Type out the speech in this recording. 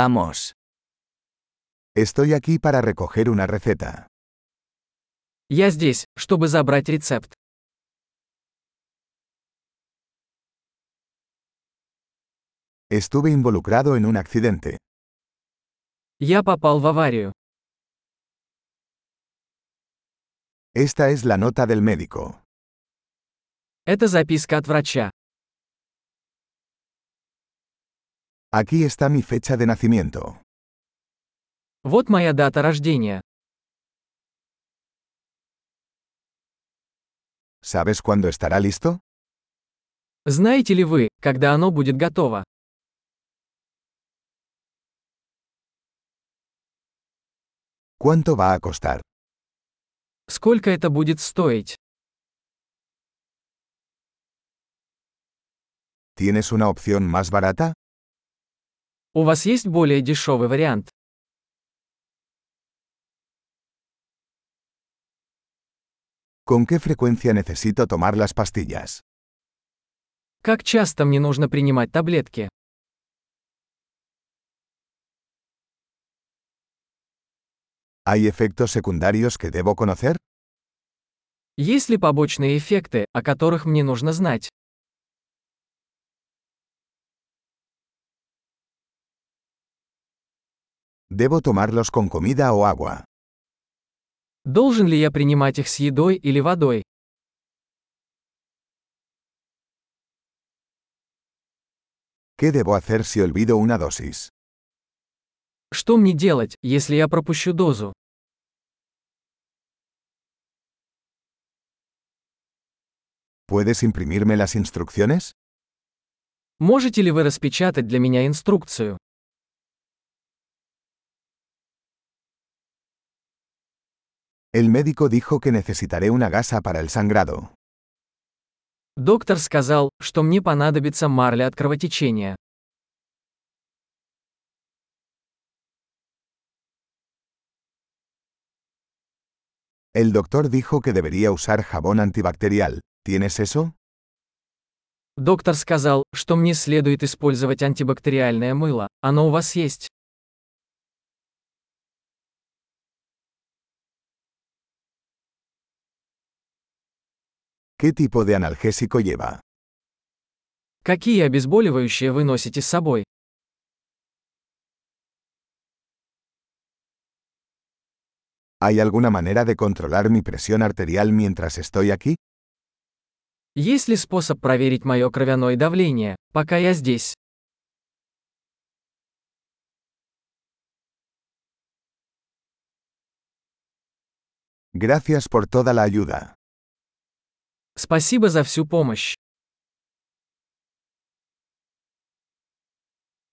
Vamos. Estoy aquí para recoger una receta. Я здесь, чтобы забрать рецепт. Estuve involucrado en un accidente. Я попал в аварию. Esta es la nota del médico. Это записка от врача. Aquí está mi fecha de nacimiento. Вот моя дата рождения. ¿Sabes cuándo estará listo? Знаете ли вы, когда оно будет готоvo? ¿Cuánto va a costar? Сколько это будет стоить? ¿Tienes una opción más barata? У вас есть более дешевый вариант? ¿Con qué frecuencia necesito tomar las pastillas? Как часто мне нужно принимать таблетки? ¿Hay efectos secundarios que debo conocer? Есть ли побочные эффекты, о которых мне нужно знать? ¿Debo tomarlos con comida o agua? Должен ли я принимать их с едой или водой? ¿Qué debo hacer si olvido una dosis? Что мне делать, если я пропущу дозу? ¿Puedes imprimirme las instrucciones? Можете ли вы распечатать для меня инструкцию? El médico dijo que necesitaré una gasa para el sangrado. Доктор сказал, что мне понадобится марля от кровотечения. El doctor dijo que debería usar jabón antibacterial. ¿Tienes eso? Доктор сказал, что мне следует использовать антибактериальное мыло. Оно у вас есть? ¿Qué tipo de analgésico lleva? Какие обезболивающие вы носите с собой? ¿Hay alguna manera de controlar mi presión arterial mientras estoy aquí? Есть ли способ проверить мое кровяное давление, пока я здесь? Gracias por toda la ayuda. Спасибо за всю помощь.